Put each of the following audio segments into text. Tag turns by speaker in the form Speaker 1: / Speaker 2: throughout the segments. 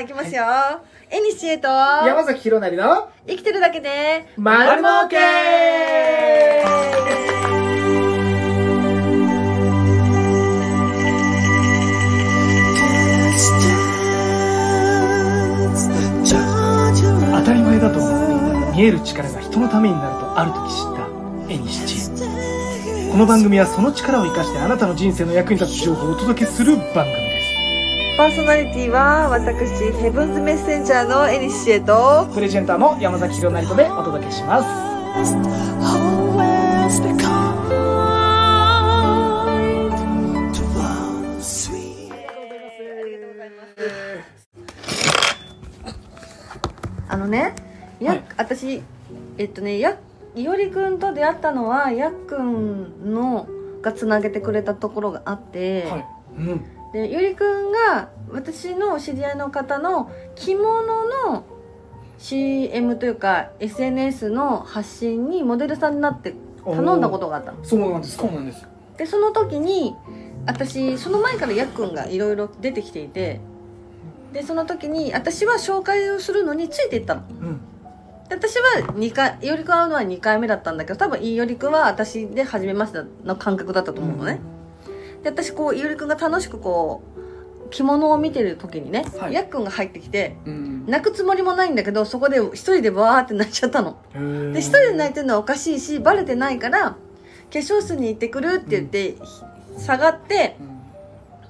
Speaker 1: いきますよ。えにしえと、
Speaker 2: 山崎弘成の
Speaker 1: 生きてるだけで、
Speaker 2: 丸儲け当たり前だと思っていた見える力が人のためになるとある時知った絵に七この番組はその力を生かしてあなたの人生の役に立つ情報をお届けする番組です
Speaker 1: パーソナリティは私、ヘブンズメッセンジャーのえにしえと、
Speaker 2: プレゼンターの山崎弘成とでお届けします
Speaker 1: あのね、やっ、
Speaker 2: はい
Speaker 1: 私、えっとね、や、いおりくんと出会ったのは、やっくんの、がつなげてくれたところがあって、
Speaker 2: はい、うん、
Speaker 1: で、いおりくんが、私の知り合いの方の着物の CM というか、SNS の発信にモデルさんになって頼んだことがあったの。
Speaker 2: そうなんですそうなんです
Speaker 1: でその時に私その前からやっくんがいろいろ出てきていてでその時に私は紹介をするのについていったの
Speaker 2: うん
Speaker 1: で私は2回いおりくん会うのは2回目だったんだけど多分いおりくんは私で初めましての感覚だったと思うのね、で私こういおりくんが楽しくこう着物を見てる時にね、
Speaker 2: はい
Speaker 1: やっくんが入ってきて
Speaker 2: うん
Speaker 1: 泣くつもりもないんだけどそこで一人でバーって泣いちゃったの
Speaker 2: で
Speaker 1: で一人で泣いてるのはおかしいしバレてないから化粧室に行ってくるって言って、下がって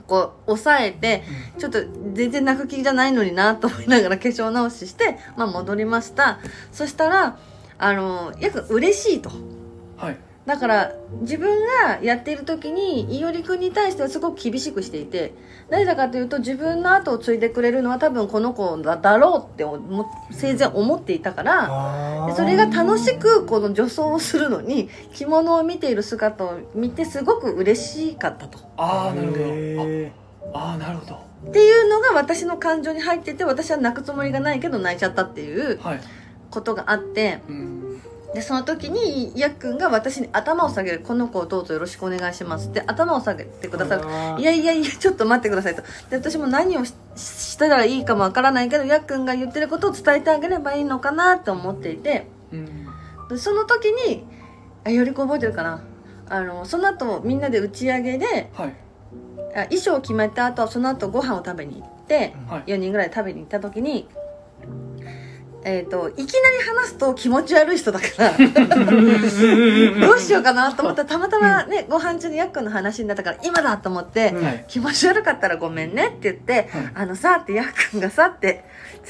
Speaker 1: こう抑えてちょっと全然泣く気じゃないのになと思いながら化粧直しして、まあ、戻りましたそしたらあのやく嬉しいと
Speaker 2: はい
Speaker 1: だから自分がやっている時にいおりくんに対してはすごく厳しくしていてなぜだかというと自分の後を継いでくれるのは多分この子だだろうって思生前思っていたからでそれが楽しくこの女装をするのに着物を見ている姿を見てすごく嬉しかったと。
Speaker 3: ああなるほど
Speaker 2: る
Speaker 3: ああーなるほど
Speaker 1: っていうのが私の感情に入ってて私は泣くつもりがないけど泣いちゃったっていう
Speaker 3: はい
Speaker 1: ことがあって
Speaker 3: うん
Speaker 1: でその時にやっくんが私に頭を下げるこの子をどうぞよろしくお願いしますって頭を下げてくださる
Speaker 2: さ
Speaker 1: いやいやいやちょっと待ってくださいとで私も何をししたらいいかもわからないけどやっくんが言ってることを伝えてあげればいいのかなと思っていて
Speaker 3: うん
Speaker 1: でその時にあより子覚えてるかなあのその後みんなで打ち上げで
Speaker 3: はい
Speaker 1: あ衣装を決めた後その後ご飯を食べに行って
Speaker 3: はい
Speaker 1: 4人ぐらいで食べに行った時に、えっといきなり話すと気持ち悪い人だ からどうしようかなと思ったらたまたまねご飯中にやっくんの話になったから今だと思って、
Speaker 3: はい
Speaker 1: 気持ち悪かったらごめんねって言って、
Speaker 3: はい
Speaker 1: あのさってやっくんがさって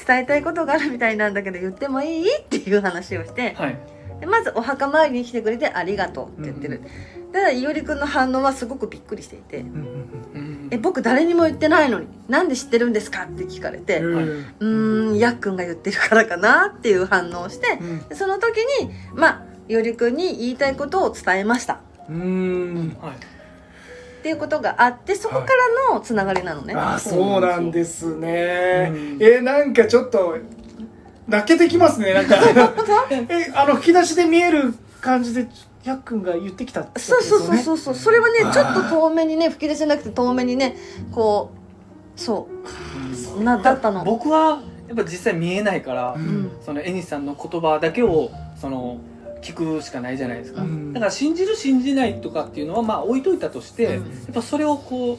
Speaker 1: 伝えたいことがあるみたいなんだけど言ってもいいっていう話をして、
Speaker 3: はい
Speaker 1: でまずお墓参りに来てくれてありがとうって言ってる、ただいおりくんの反応はすごくびっくりしていて
Speaker 3: うん
Speaker 1: 「え僕誰にも言ってないのになんで知ってるんですか?」って聞かれて「うーんやっくんが言ってるからかな」っていう反応をしてでその時にまあいおりくんに言いたいことを伝えました
Speaker 2: うん
Speaker 3: はい
Speaker 1: っていうことがあってそこからのつながりなのね、
Speaker 2: あそうなんですね
Speaker 3: うん
Speaker 2: えなんかちょっと泣けてきますねなんかえあの吹き出しで見える感じでやっくんが言ってきたってことです
Speaker 1: そ
Speaker 2: よ
Speaker 1: う
Speaker 2: ね
Speaker 1: そうそうそうそうそれはね
Speaker 2: あー
Speaker 1: ちょっと遠めにね吹き出しじゃなくて遠めにねこうそ
Speaker 2: そう
Speaker 1: なだったの
Speaker 3: 僕はやっぱ実際見えないから
Speaker 1: う、
Speaker 2: ん
Speaker 1: うん、
Speaker 3: そのエニスさんの言葉だけをその聞くしかないじゃないですか、
Speaker 2: うん
Speaker 3: だから信じる信じないとかっていうのはまあ置いといたとして、
Speaker 1: うん
Speaker 3: やっぱそれをこう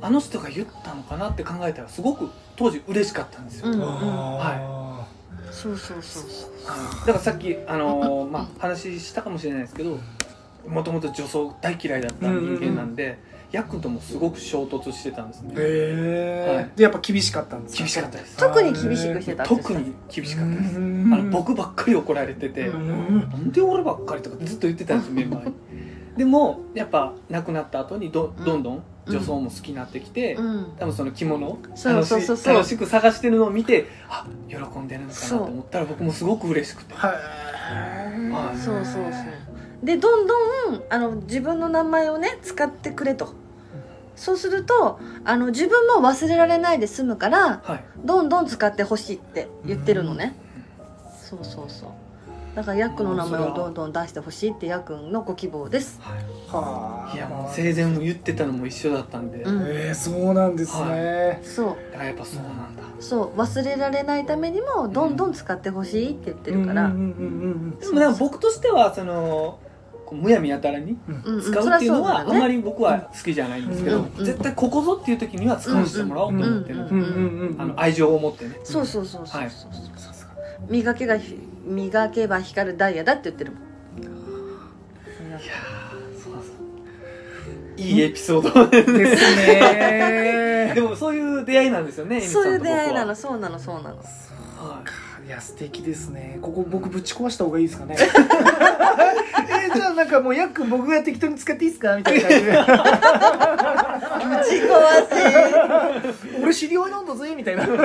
Speaker 3: あの人が言ったのかなって考えたらすごく当時嬉しかったんですよ、
Speaker 1: うんうん
Speaker 2: は
Speaker 1: そうそうそうそう
Speaker 3: だからさっき、あのーまあ、話したかもしれないですけどもともと女装大嫌いだった人間なんで、ヤックンともすごく衝突してたんです
Speaker 2: い
Speaker 3: ね、
Speaker 2: へ
Speaker 3: は
Speaker 2: え
Speaker 3: い
Speaker 2: でやっぱ厳しかったんです
Speaker 3: 厳しかったです
Speaker 1: 特に厳しくしてたって言って
Speaker 3: 特
Speaker 1: た
Speaker 3: に厳しかったです、
Speaker 2: うん
Speaker 3: あの僕ばっかり怒られてて、
Speaker 2: うん
Speaker 3: なんで俺ばっかりとかずっと言ってたんですよメンバーにでもやっぱ亡くなった後にどどんどん女装も好きになってきて、
Speaker 1: うん
Speaker 3: 多分その着物を楽し
Speaker 1: そうそうそうそう
Speaker 3: 楽しく探してるのを見てあ喜んでるのかなと思ったら僕もすごく嬉しくて
Speaker 2: は
Speaker 3: はい
Speaker 2: い
Speaker 1: そうそうそうでどんどんあの自分の名前をね使ってくれとそうするとあの自分も忘れられないで済むから
Speaker 3: はい
Speaker 1: どんどん使ってほしいって言ってるのねそうそうそうだからヤックの名前をどんどん出してほしいってヤックンのご希望です
Speaker 2: はあ
Speaker 3: いやもう生前も言ってたのも一緒だったんで、
Speaker 1: うん
Speaker 2: えー、そうなんですね、
Speaker 1: そう
Speaker 3: あやっぱそうなんだ
Speaker 1: そう忘れられないためにもどんどん使ってほしいって言ってるから、う
Speaker 2: うん
Speaker 1: ん
Speaker 2: うんうんうんうん
Speaker 3: でもなんか僕としてはそのこうむやみやたらに
Speaker 1: うん
Speaker 3: 使うっていうのはあ
Speaker 1: そりゃそうだね
Speaker 3: まり僕は好きじゃないんですけど、
Speaker 1: うんうん
Speaker 3: 絶対ここぞっていう時には使わせてもらおうと思ってる、
Speaker 1: うんうん
Speaker 2: うんうんうん
Speaker 3: あの愛情を持ってね
Speaker 1: そうそうそうそう
Speaker 3: はい
Speaker 1: そうそう磨けがひ磨けば光るダイヤだって言ってるもん
Speaker 3: いやーそうそういいエピソード
Speaker 2: ですね
Speaker 3: でもそういう出会いなんですよねエミさん
Speaker 1: そ
Speaker 3: と
Speaker 1: ういう
Speaker 3: 僕
Speaker 1: 出
Speaker 3: は
Speaker 1: 会いなのそうなのそうなの
Speaker 3: はい
Speaker 2: や素敵ですねここ僕ぶち壊した方がいいですかね えーじゃあなんかもうヤックン僕が適当に使っていいですかみたいな感じで
Speaker 1: うち壊
Speaker 2: 俺知り合いなんだぜみたいなぶ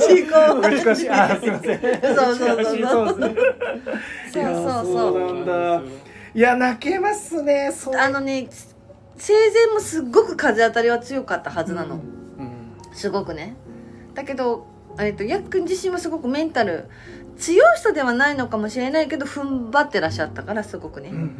Speaker 1: しいうち壊し
Speaker 2: ち壊しあーすいませ ん
Speaker 1: そうそうそうそう
Speaker 2: そうですね
Speaker 1: そうそう
Speaker 2: そ
Speaker 1: そうう
Speaker 2: だなんいや泣けますねそう
Speaker 1: あのね生前もすっごく風当たりは強かったはずなの、
Speaker 2: うん
Speaker 3: うん
Speaker 1: すごくねだけど、えっとやっくん自身もすごくメンタル強い人ではないのかもしれないけど踏ん張ってらっしゃったからすごくね
Speaker 2: うんうん
Speaker 1: うん、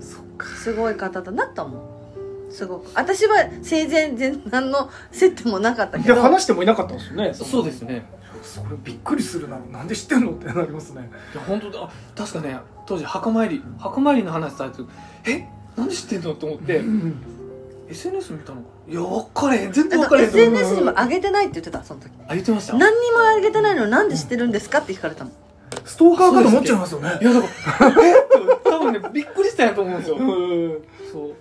Speaker 2: そっか
Speaker 1: すごい方だなと思うすごく私は生前全何の接点もなかったけ
Speaker 2: で
Speaker 1: ど
Speaker 2: 話してもいなかったんですよね
Speaker 3: そうですね
Speaker 2: それびっくりするななんで知ってんのってなりますね
Speaker 3: いや本当だあ確かね当時墓参り墓参りの話されてるえなんで知ってんのと思って、SNS 見たのかないや分からへん全然
Speaker 1: あ
Speaker 3: 分か
Speaker 1: と
Speaker 3: らへんと思う
Speaker 1: SNS にも上げてないって言ってたその時
Speaker 3: あ言ってました
Speaker 1: 何にも上げてないのになんで知ってるんですかって聞かれたの
Speaker 2: ストーカーかと思っちゃいますよね
Speaker 3: いやだからえっと多分ねびっくりしたんやと思うんですよ
Speaker 2: うん
Speaker 3: そう
Speaker 2: い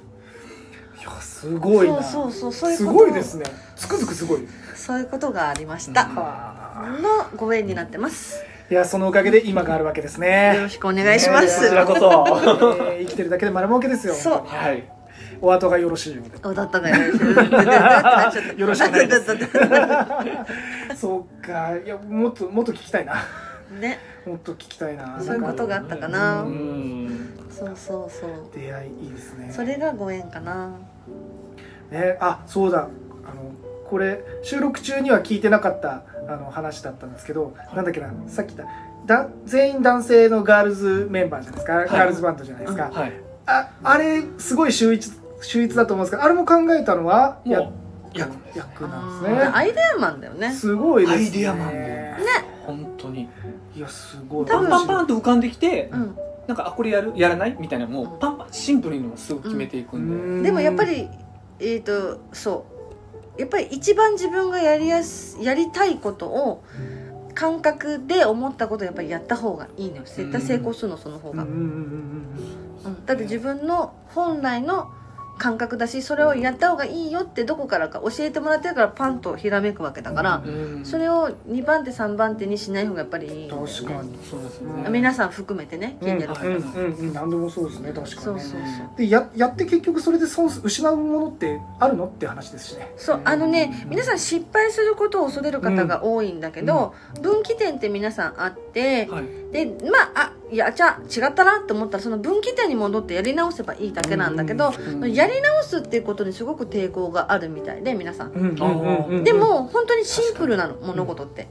Speaker 2: やすごいな
Speaker 1: そうそうそうそういう
Speaker 2: す
Speaker 1: こと
Speaker 2: ごいですねつくづくすごい
Speaker 1: そういうことがありました、
Speaker 3: うん
Speaker 2: はあ
Speaker 1: のご縁になってます
Speaker 2: いやそのおかげで今があるわけですね
Speaker 1: よろしくお願いします
Speaker 2: ねこちらこそ、えー生きてるだけで丸儲けですよ
Speaker 1: そう
Speaker 2: 本
Speaker 3: はい
Speaker 2: 当にお後がよろしいようで
Speaker 1: 踊ったのよろしく
Speaker 2: よろしくお願いします
Speaker 1: す
Speaker 2: そうかいやもっともっと聞きたいな
Speaker 1: ね
Speaker 2: もっと聞きたいな
Speaker 1: そういうことがあったかな
Speaker 2: うん
Speaker 3: ん
Speaker 1: そうそうそう
Speaker 2: 出会いいいですね
Speaker 1: それがご縁かな
Speaker 2: ね、あそうだあのこれ収録中には聞いてなかったあの話だったんですけど、なんだっけなさっき言っただ全員男性のガールズメンバーじゃないですか、
Speaker 3: い
Speaker 2: ガールズバンドじゃないですか、
Speaker 3: はい
Speaker 2: ああれすごい秀逸秀逸だと思うんですけどあれも考えたのはや
Speaker 3: もういや
Speaker 2: 役なんです
Speaker 1: あーア
Speaker 2: ね
Speaker 1: イデアマンだよね
Speaker 2: すごいですね
Speaker 3: アイデアマンで
Speaker 2: ね
Speaker 3: 本当に
Speaker 2: いやすごい
Speaker 1: 多
Speaker 3: パ
Speaker 1: 分
Speaker 3: ンパンパンと浮かんできて、
Speaker 1: うん
Speaker 3: なんかあこれやるやらないみたいなもうパンパンシンプルにもうすぐ決めていくんで、
Speaker 1: でもやっぱりえっ、とそうやっぱり一番自分がやりやすやりたいことを感覚で思ったことをやっぱりやった方がいいのよ絶対成功するのその方
Speaker 2: うんう
Speaker 1: が、
Speaker 2: んうん
Speaker 1: うんだって自分の本来の感覚だしそれをやった方がいいよってどこからか教えてもらってるからパンとひらめくわけだから
Speaker 3: うん
Speaker 1: それを2番手3番手にしない方がやっぱりいいんだよね
Speaker 2: 確かに
Speaker 3: そうですよね
Speaker 1: 皆さん含めてね
Speaker 2: うん
Speaker 1: 聞いてる、
Speaker 2: うんうんうん何でもそうですね確かに
Speaker 1: そうそう
Speaker 2: ね
Speaker 1: そう
Speaker 2: でややって結局それで損す失うものってあるのって話ですしね
Speaker 1: そうあのね皆さん失敗することを恐れる方が多いんだけど、分岐点って皆さんあって、
Speaker 3: はい
Speaker 1: でまああいやじゃあ違ったなと思ったらその分岐点に戻ってやり直せばいいだけなんだけど、
Speaker 3: うんうん
Speaker 1: やり直すっていうことにすごく抵抗があるみたいで皆さん。
Speaker 2: うんうんうんうん
Speaker 1: でも本当にシンプルなの物事って。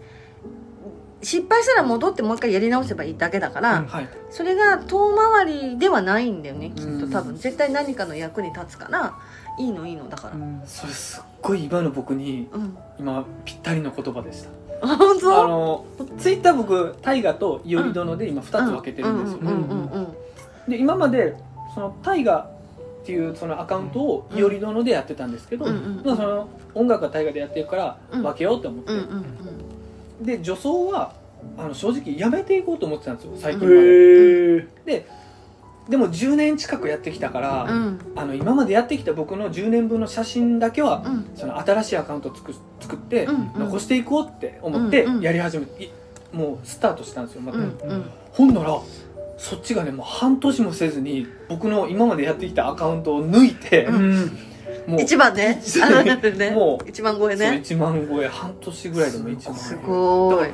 Speaker 1: 失敗したら戻ってもう一回やり直せばいいだけだから、
Speaker 2: うん
Speaker 3: はい
Speaker 1: それが遠回りではないんだよねきっ
Speaker 3: う
Speaker 1: と
Speaker 3: ん
Speaker 1: 多分絶対何かの役に立つからいいのいいのだから
Speaker 2: う、ん
Speaker 3: それすっごい今の僕に
Speaker 1: うん、
Speaker 3: 今ぴったりの言葉でした
Speaker 1: あ本
Speaker 3: あ
Speaker 1: 当
Speaker 3: のツイッター僕大河と伊織殿で今2つ分けてるんですよ、
Speaker 1: うんうんうんうん
Speaker 3: で今までその大河っていうそのアカウントを伊織殿でやってたんですけど、
Speaker 1: うんうん
Speaker 3: まあ、その音楽は大河でやってるから
Speaker 1: うん
Speaker 3: 分けようと思って、
Speaker 1: うんうんうん
Speaker 3: で女装はあの正直やめていこうと思ってたんですよ最近まで、
Speaker 2: へえ
Speaker 3: でも10年近くやってきたから、
Speaker 1: うんうん
Speaker 3: あの今までやってきた僕の10年分の写真だけは、
Speaker 1: うん
Speaker 3: その新しいアカウント作作って、
Speaker 1: うんうん
Speaker 3: 残していこうって思って
Speaker 1: うんうん
Speaker 3: やり始めて、いもうスタートしたんですよまた、
Speaker 1: うんうん
Speaker 3: ほんならそっちがねもう半年もせずに僕の今までやってきたアカウントを抜いて、
Speaker 2: うん
Speaker 3: もう
Speaker 1: 一番ね
Speaker 3: 一
Speaker 1: あのね
Speaker 3: もう
Speaker 1: 一番超え
Speaker 3: そう
Speaker 1: ね
Speaker 3: 1万超え半年ぐらいでも1万
Speaker 1: す
Speaker 3: い
Speaker 1: ごい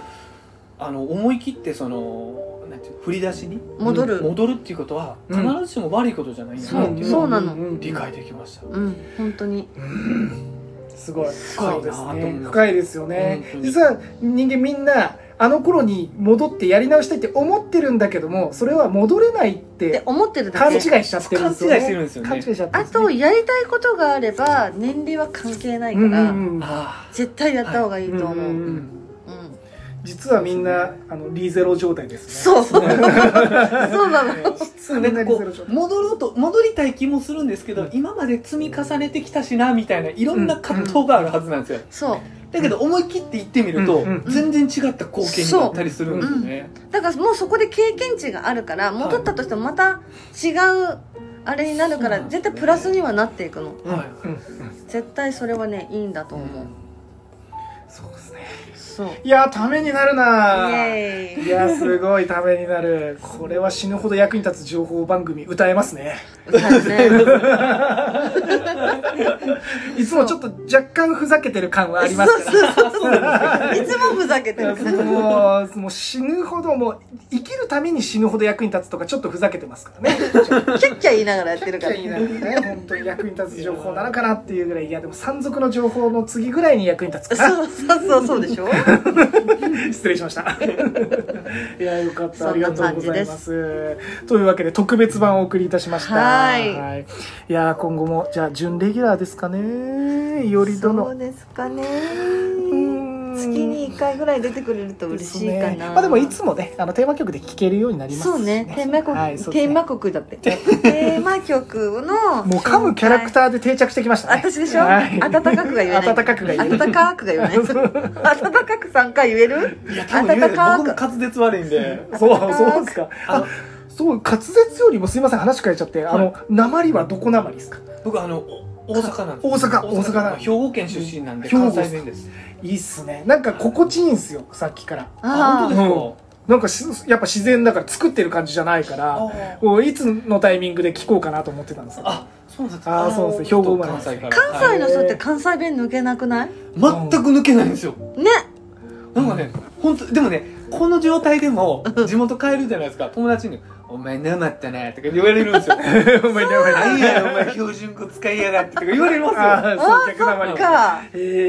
Speaker 3: あの思い切ってそのなんていうの振り出しに
Speaker 1: 戻る、
Speaker 3: 戻るっていうことは
Speaker 2: う
Speaker 3: 必
Speaker 2: ん
Speaker 3: ずしも悪いことじゃないんだなっていうの
Speaker 1: そ
Speaker 3: を
Speaker 1: うなの
Speaker 2: んん
Speaker 3: 理解できました、
Speaker 1: うん本当に
Speaker 2: すごい
Speaker 3: 深いなと思う
Speaker 2: 深いですよね
Speaker 3: 本当に
Speaker 2: 実は人間みんなあの頃に戻ってやり直したいって思ってるんだけどもそれは戻れないっ
Speaker 1: って
Speaker 2: て
Speaker 1: 思ってるだ
Speaker 2: 勘違
Speaker 1: け
Speaker 2: いしちゃってるんですよ、ね、
Speaker 3: 勘違いしてるんですよね
Speaker 2: 勘違いしちゃってる
Speaker 1: あ
Speaker 2: んですね
Speaker 1: とやりたいことがあれば年齢は関係ないから、
Speaker 2: うんうんうん
Speaker 3: あ
Speaker 1: 絶対やった方がいいと思う、
Speaker 2: うんうん
Speaker 1: うん
Speaker 2: うん
Speaker 1: うん
Speaker 2: 実はみんなあのリーゼロ状態ですね
Speaker 1: そうそうなのよ
Speaker 3: あなんかこう戻ろうと戻りたい気もするんですけど、
Speaker 2: うん
Speaker 3: 今まで積み重ねてきたしなみたいないろんな葛藤があるはずなんですよ、
Speaker 1: そう
Speaker 3: だけど思い切って行ってみると、
Speaker 2: うんうん
Speaker 3: 全然違った光景になったりするんですよね、
Speaker 1: だからもうそこで経験値があるから戻ったとしてもまた違うあれになるか
Speaker 3: そう
Speaker 1: ら
Speaker 3: なんですね
Speaker 1: 絶対プラスにはなっていくの
Speaker 3: はい
Speaker 2: うんうん
Speaker 1: 絶対それはねいいんだと思う、
Speaker 2: そうですね
Speaker 1: そう
Speaker 2: いやーためになる
Speaker 1: イ
Speaker 2: なー
Speaker 1: エー
Speaker 2: い
Speaker 1: イ
Speaker 2: やーすごいためになるこれは死ぬほど役に立つ情報番組歌えますね
Speaker 1: 歌うね
Speaker 2: いつもちょっと若干ふざけてる感はありますから
Speaker 1: いつもふざけてるから
Speaker 2: もうもう死ぬほどもう生きるために死ぬほど役に立つとかちょっとふざけてますからね。
Speaker 1: キャッキャ言いながらやってるから
Speaker 2: ね本当に役に立つ情報なのかなっていうぐらいいやでも山賊の情報の次ぐらいに役に立つかな
Speaker 1: そうそうそうそうでしょ
Speaker 2: 失礼しました いやよかったあ
Speaker 1: そ
Speaker 2: り
Speaker 1: ん
Speaker 2: が
Speaker 1: な
Speaker 2: とう
Speaker 1: 感
Speaker 2: ご
Speaker 1: じ
Speaker 2: ざ
Speaker 1: で
Speaker 2: い
Speaker 1: す
Speaker 2: ますというわけで特別版をお送りいたしました
Speaker 1: はい
Speaker 2: いいやー今後もじゃあ準レギュラーですかねいおり殿
Speaker 1: そうですかね
Speaker 2: ん
Speaker 1: 月に1回ぐらい出てくれると嬉しいかな、
Speaker 2: ですねまあでもいつもねあのテーマ曲で聴けるようになりますし
Speaker 1: そうねテーマ曲、
Speaker 2: はいそうですね
Speaker 1: テーマ曲だってテーマ曲の
Speaker 2: もう噛むキャラクターで定着してきましたね。
Speaker 1: 私でしょ、
Speaker 2: はい
Speaker 1: 暖かくが言えない
Speaker 2: 暖かくが言えない
Speaker 1: 暖かくが言え ない暖かく3回言える
Speaker 3: いや多分
Speaker 1: 暖か
Speaker 3: 僕も
Speaker 1: く
Speaker 3: 滑舌悪いんで
Speaker 2: そう、そうですか。
Speaker 3: あ
Speaker 2: あ
Speaker 3: の、
Speaker 2: そう、滑舌よりもすいません、話変えちゃって、あの、鉛はどこ鉛ですか
Speaker 3: 僕あのお大阪なんです
Speaker 2: 大阪大阪なの
Speaker 3: 兵庫県出身なんで
Speaker 2: 兵庫
Speaker 3: 関西弁です
Speaker 2: いいっすね。なんか心地いいんすよ、さっきから。
Speaker 3: あ本当
Speaker 1: ー
Speaker 3: です
Speaker 2: なんかし、やっぱ自然だから作ってる感じじゃないから、
Speaker 3: か
Speaker 2: こういつのタイミングで聞こうかなと思ってたんですよ。
Speaker 3: あそうなんです
Speaker 2: あ
Speaker 3: か
Speaker 2: ーそうなんです
Speaker 3: あの
Speaker 2: 兵庫生まれ
Speaker 3: 関西から
Speaker 1: 関西の人って関西弁抜けなくない
Speaker 3: はい全く抜けないんですよ
Speaker 1: ね
Speaker 3: なんかね本当でもねこの状態でも地元帰るじゃないですか友達に「お前なまったね」とか言われるんですよ「
Speaker 2: お前ね、お前
Speaker 3: 何
Speaker 2: ね。
Speaker 3: やお前標準語使いやがって」とか言われますよ
Speaker 2: あー、そう、逆
Speaker 1: な
Speaker 2: 鉛
Speaker 1: ん。か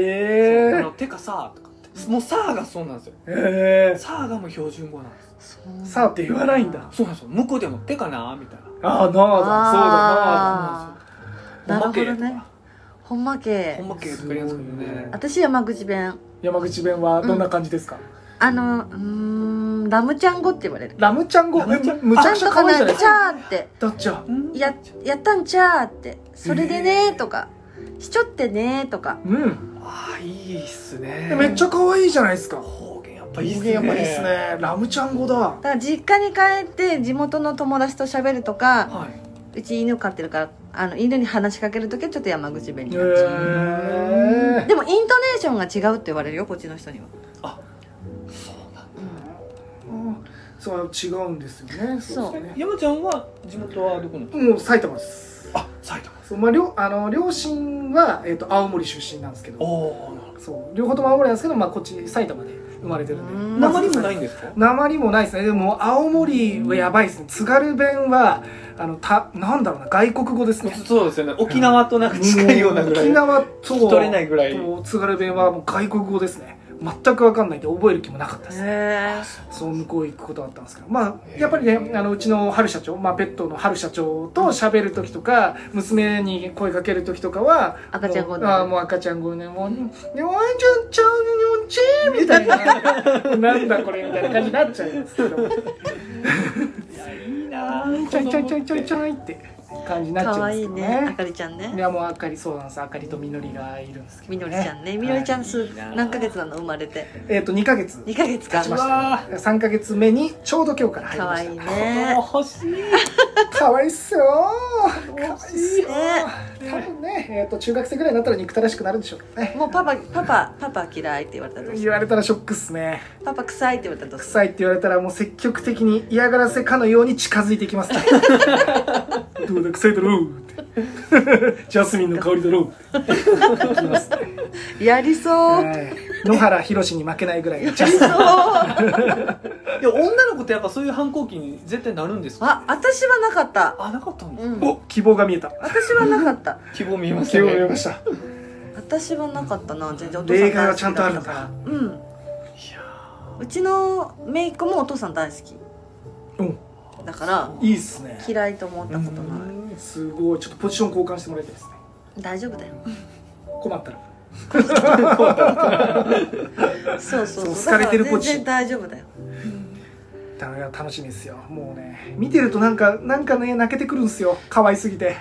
Speaker 2: へ
Speaker 3: そうあ
Speaker 2: ー
Speaker 3: のてかさ」とかってもう「さ」がそうなんですよ
Speaker 2: へー。
Speaker 3: 「さ」がもう標準語なんです
Speaker 2: さあって言わないんだ。
Speaker 3: そうなんですよ向こうでも「てかな」みたいな
Speaker 2: あー、なあ、そうだなあ。
Speaker 1: あーなるほどねほんま
Speaker 3: ほ
Speaker 1: け
Speaker 3: んまけとか言うんですけどね
Speaker 1: 私山口弁
Speaker 2: 山口弁はどんな感じですか、
Speaker 1: あのうーんラムちゃん語って言われる
Speaker 2: ラムちゃん語
Speaker 3: ラムちゃん
Speaker 2: むむちゃくちゃ可愛いじゃない
Speaker 1: ちゃんとかなちゃーって
Speaker 2: だっちゃ
Speaker 3: うん
Speaker 1: ややったんちゃーってそれでねーとか、しちょってねーとか
Speaker 2: うん
Speaker 3: あーいいっすね
Speaker 2: めっちゃ可愛いじゃないですか
Speaker 3: 方言やっぱいいっ
Speaker 2: 人
Speaker 3: す
Speaker 2: 間やっ
Speaker 3: ね
Speaker 2: ぱりいいっすねラムちゃん語だ
Speaker 1: だから実家に帰って地元の友達と喋るとか
Speaker 3: はいう
Speaker 1: ち犬飼ってるからあの犬に話しかける時はちょっと山口弁
Speaker 2: へ
Speaker 1: になっちゃう
Speaker 2: え
Speaker 1: でもイントネーションが違うって言われるよこっちの人には、
Speaker 3: そうなん
Speaker 2: そう違うんですよね
Speaker 1: そう
Speaker 2: ですね
Speaker 3: 山ちゃんは地元はどこの
Speaker 2: もう埼玉です
Speaker 3: あ埼玉
Speaker 2: そうまあ、両あの両親は、えっと青森出身なんですけど
Speaker 3: おお
Speaker 2: そう両方とも青森なんですけど、まあ、こっち埼玉で生まれてる
Speaker 1: うん
Speaker 2: で
Speaker 1: ん
Speaker 3: 鉛もないんですか
Speaker 2: 鉛もないですねでも青森はやばいですね津軽弁はあのたなんだろうな外国語ですね
Speaker 3: そうですよね沖縄となんか近いようなぐらい
Speaker 2: 沖縄と
Speaker 3: 聞き取れないぐらい
Speaker 2: と津軽弁はもう外国語ですね全く分かんないんで覚える気もなかったです
Speaker 1: へ
Speaker 2: そう向こう行くことだったんですけどま
Speaker 3: へ
Speaker 2: あ
Speaker 3: ー
Speaker 2: やっぱりねあのうちの春社長、まあ、ペットの春社長と喋る時とか、娘に声かける時とかは
Speaker 1: 赤ちゃん語
Speaker 2: も
Speaker 1: で
Speaker 2: うあーもう赤ちゃん語でもう「ねおいちゃんちゃんにおちー」みたいな「なんだこれ」みたいな感じになっちゃうんですけど「
Speaker 3: いやいいなー
Speaker 2: ちょいちょいちょいちょいちょい」って感じに
Speaker 1: え
Speaker 2: なっ
Speaker 1: か
Speaker 2: ちゃうん
Speaker 1: わ
Speaker 2: で
Speaker 1: い
Speaker 2: す
Speaker 1: い
Speaker 2: けど
Speaker 1: ねあ
Speaker 2: ね。
Speaker 1: かりちゃん
Speaker 2: い
Speaker 1: ね
Speaker 2: やもうあかりそうなんですあかりとみのりがいるんですけど、
Speaker 1: み
Speaker 2: ね、
Speaker 1: のりちゃんねみのりちゃんす
Speaker 3: はい
Speaker 1: 何ヶ月なの生まれて
Speaker 2: えっ、と2ヶ月
Speaker 1: 2ヶ月か
Speaker 2: ち
Speaker 3: う
Speaker 2: ました
Speaker 3: わ
Speaker 2: 3ヶ月目にちょうど今日から入り
Speaker 1: か
Speaker 2: ま
Speaker 1: わ
Speaker 2: し
Speaker 1: いい
Speaker 2: た
Speaker 1: ね
Speaker 3: ー欲しい
Speaker 2: かわいいっすよかわいいっすよ
Speaker 1: ね
Speaker 2: 多分ね、えー、と中学生ぐらいになったら憎たらしくなるんでしょうけどね
Speaker 1: もうパパパパパパ嫌いって言われたと
Speaker 2: 言われたらショックっすね
Speaker 1: パパ臭いって言われたと
Speaker 2: 臭いって言われたらもう積極的に嫌がらせかのように近づいていきますねどうだ臭いだろうってジャスミンの香りだろうって行きますね
Speaker 1: やりそう
Speaker 2: はい野原宏に負けないぐらいジャ
Speaker 1: やり
Speaker 2: ス
Speaker 1: そう
Speaker 3: いや女の子ってやっぱそういう反抗期に絶対なるんですか
Speaker 1: あ私はなかった
Speaker 3: あなかったんです
Speaker 1: う
Speaker 3: か
Speaker 1: ん
Speaker 2: お希望が見えた
Speaker 1: 私はなかった
Speaker 3: 希望見えました
Speaker 2: 希望が見え
Speaker 3: ね
Speaker 2: ました
Speaker 1: 私はなかったな全然お父さん
Speaker 2: 例外はちゃんとある
Speaker 1: 大
Speaker 2: ん
Speaker 1: 好きだ
Speaker 2: だ
Speaker 1: ったからうん
Speaker 3: いや
Speaker 1: うちの姪っ子もお父さん大好き
Speaker 2: うん
Speaker 1: だから
Speaker 2: いいっすね
Speaker 1: 嫌いと思ったことない
Speaker 2: うんすごいちょっとポジション交換してもらいたいですね
Speaker 1: 大丈夫だよ
Speaker 2: 困ったら
Speaker 1: そうそうそう
Speaker 2: そう好かれてる
Speaker 1: だ
Speaker 2: ポ
Speaker 1: から
Speaker 2: ジ
Speaker 1: 全然大丈夫だよ
Speaker 2: た楽しみですよもうね見てるとなんかなんかね泣けてくるんですよ可愛すぎて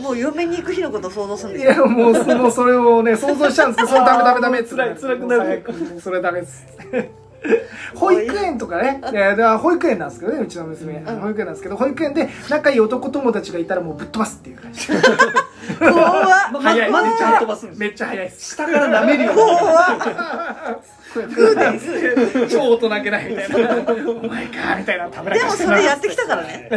Speaker 1: もう嫁に行く日のことを想像するん
Speaker 2: い
Speaker 1: ですよ
Speaker 2: やもうそのそれをね想像しちゃうんですけ どそれダメダメダメ
Speaker 3: 辛い辛くなる
Speaker 2: もう最悪それダメです保育園とかねいやだから保育園なんですけどねうちの娘、
Speaker 1: ん
Speaker 2: 保育園なんですけど保育園で仲いい男友達がいたらもうぶっ飛ばすっていう感じ
Speaker 1: 怖っ
Speaker 3: まま
Speaker 2: 早い
Speaker 3: まずちゃんと飛ばすんです
Speaker 2: めっちゃ早い です
Speaker 3: 下から舐めるような
Speaker 2: グーです超大人げないみ たいなお前かみたいなたぶら
Speaker 1: で
Speaker 2: か
Speaker 1: も
Speaker 2: して
Speaker 1: そ
Speaker 2: な
Speaker 1: れやってきたからね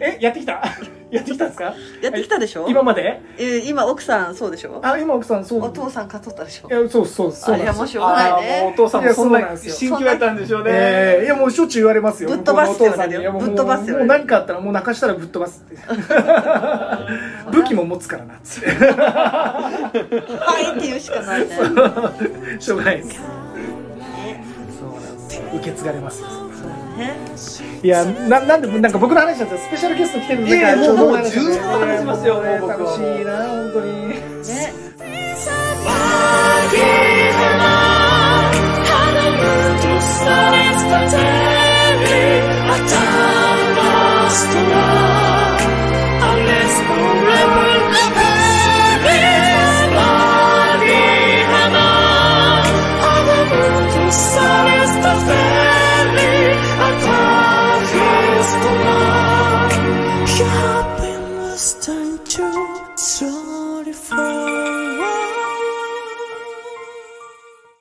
Speaker 2: えやってきたやってきたんですか
Speaker 1: やってきたでしょ
Speaker 2: 今まで
Speaker 1: えー今奥さんそうでしょ
Speaker 2: あ今奥さんそう
Speaker 1: お父さん買っとったでしょ
Speaker 2: いやそうそうそう
Speaker 1: あ
Speaker 2: なん
Speaker 1: れ
Speaker 2: で
Speaker 1: は
Speaker 2: す
Speaker 1: もうしょうが
Speaker 3: あ
Speaker 1: ない
Speaker 3: ーもうお
Speaker 1: ね
Speaker 3: 父さんもそん
Speaker 2: いやそうな
Speaker 3: なん
Speaker 2: ですよ
Speaker 3: 心境やったんでしょうね、
Speaker 2: ええいやもうしょっちゅう言われますよ
Speaker 1: ぶっ飛ばすって言われるよ
Speaker 2: 向こうのお父さん
Speaker 1: ぶっ飛ば
Speaker 2: にいやもう
Speaker 1: すよ
Speaker 2: もう何かあったらもう泣かしたらぶっ飛ばすって武器も持つからなっつって
Speaker 1: はいって言うしかないね
Speaker 2: しょうがないですそうなんですよ受け継がれますよ
Speaker 1: ね
Speaker 2: いやななんでなんか僕の話だったらスペシャルゲスト来てるん
Speaker 3: いや
Speaker 2: で
Speaker 3: いや
Speaker 2: ちょど
Speaker 3: もう
Speaker 2: 話
Speaker 3: もう十分話しますよ
Speaker 2: いや
Speaker 3: もう僕
Speaker 2: 楽
Speaker 3: は
Speaker 2: しいな本当に
Speaker 1: ね
Speaker 4: Stars pretending I done lost.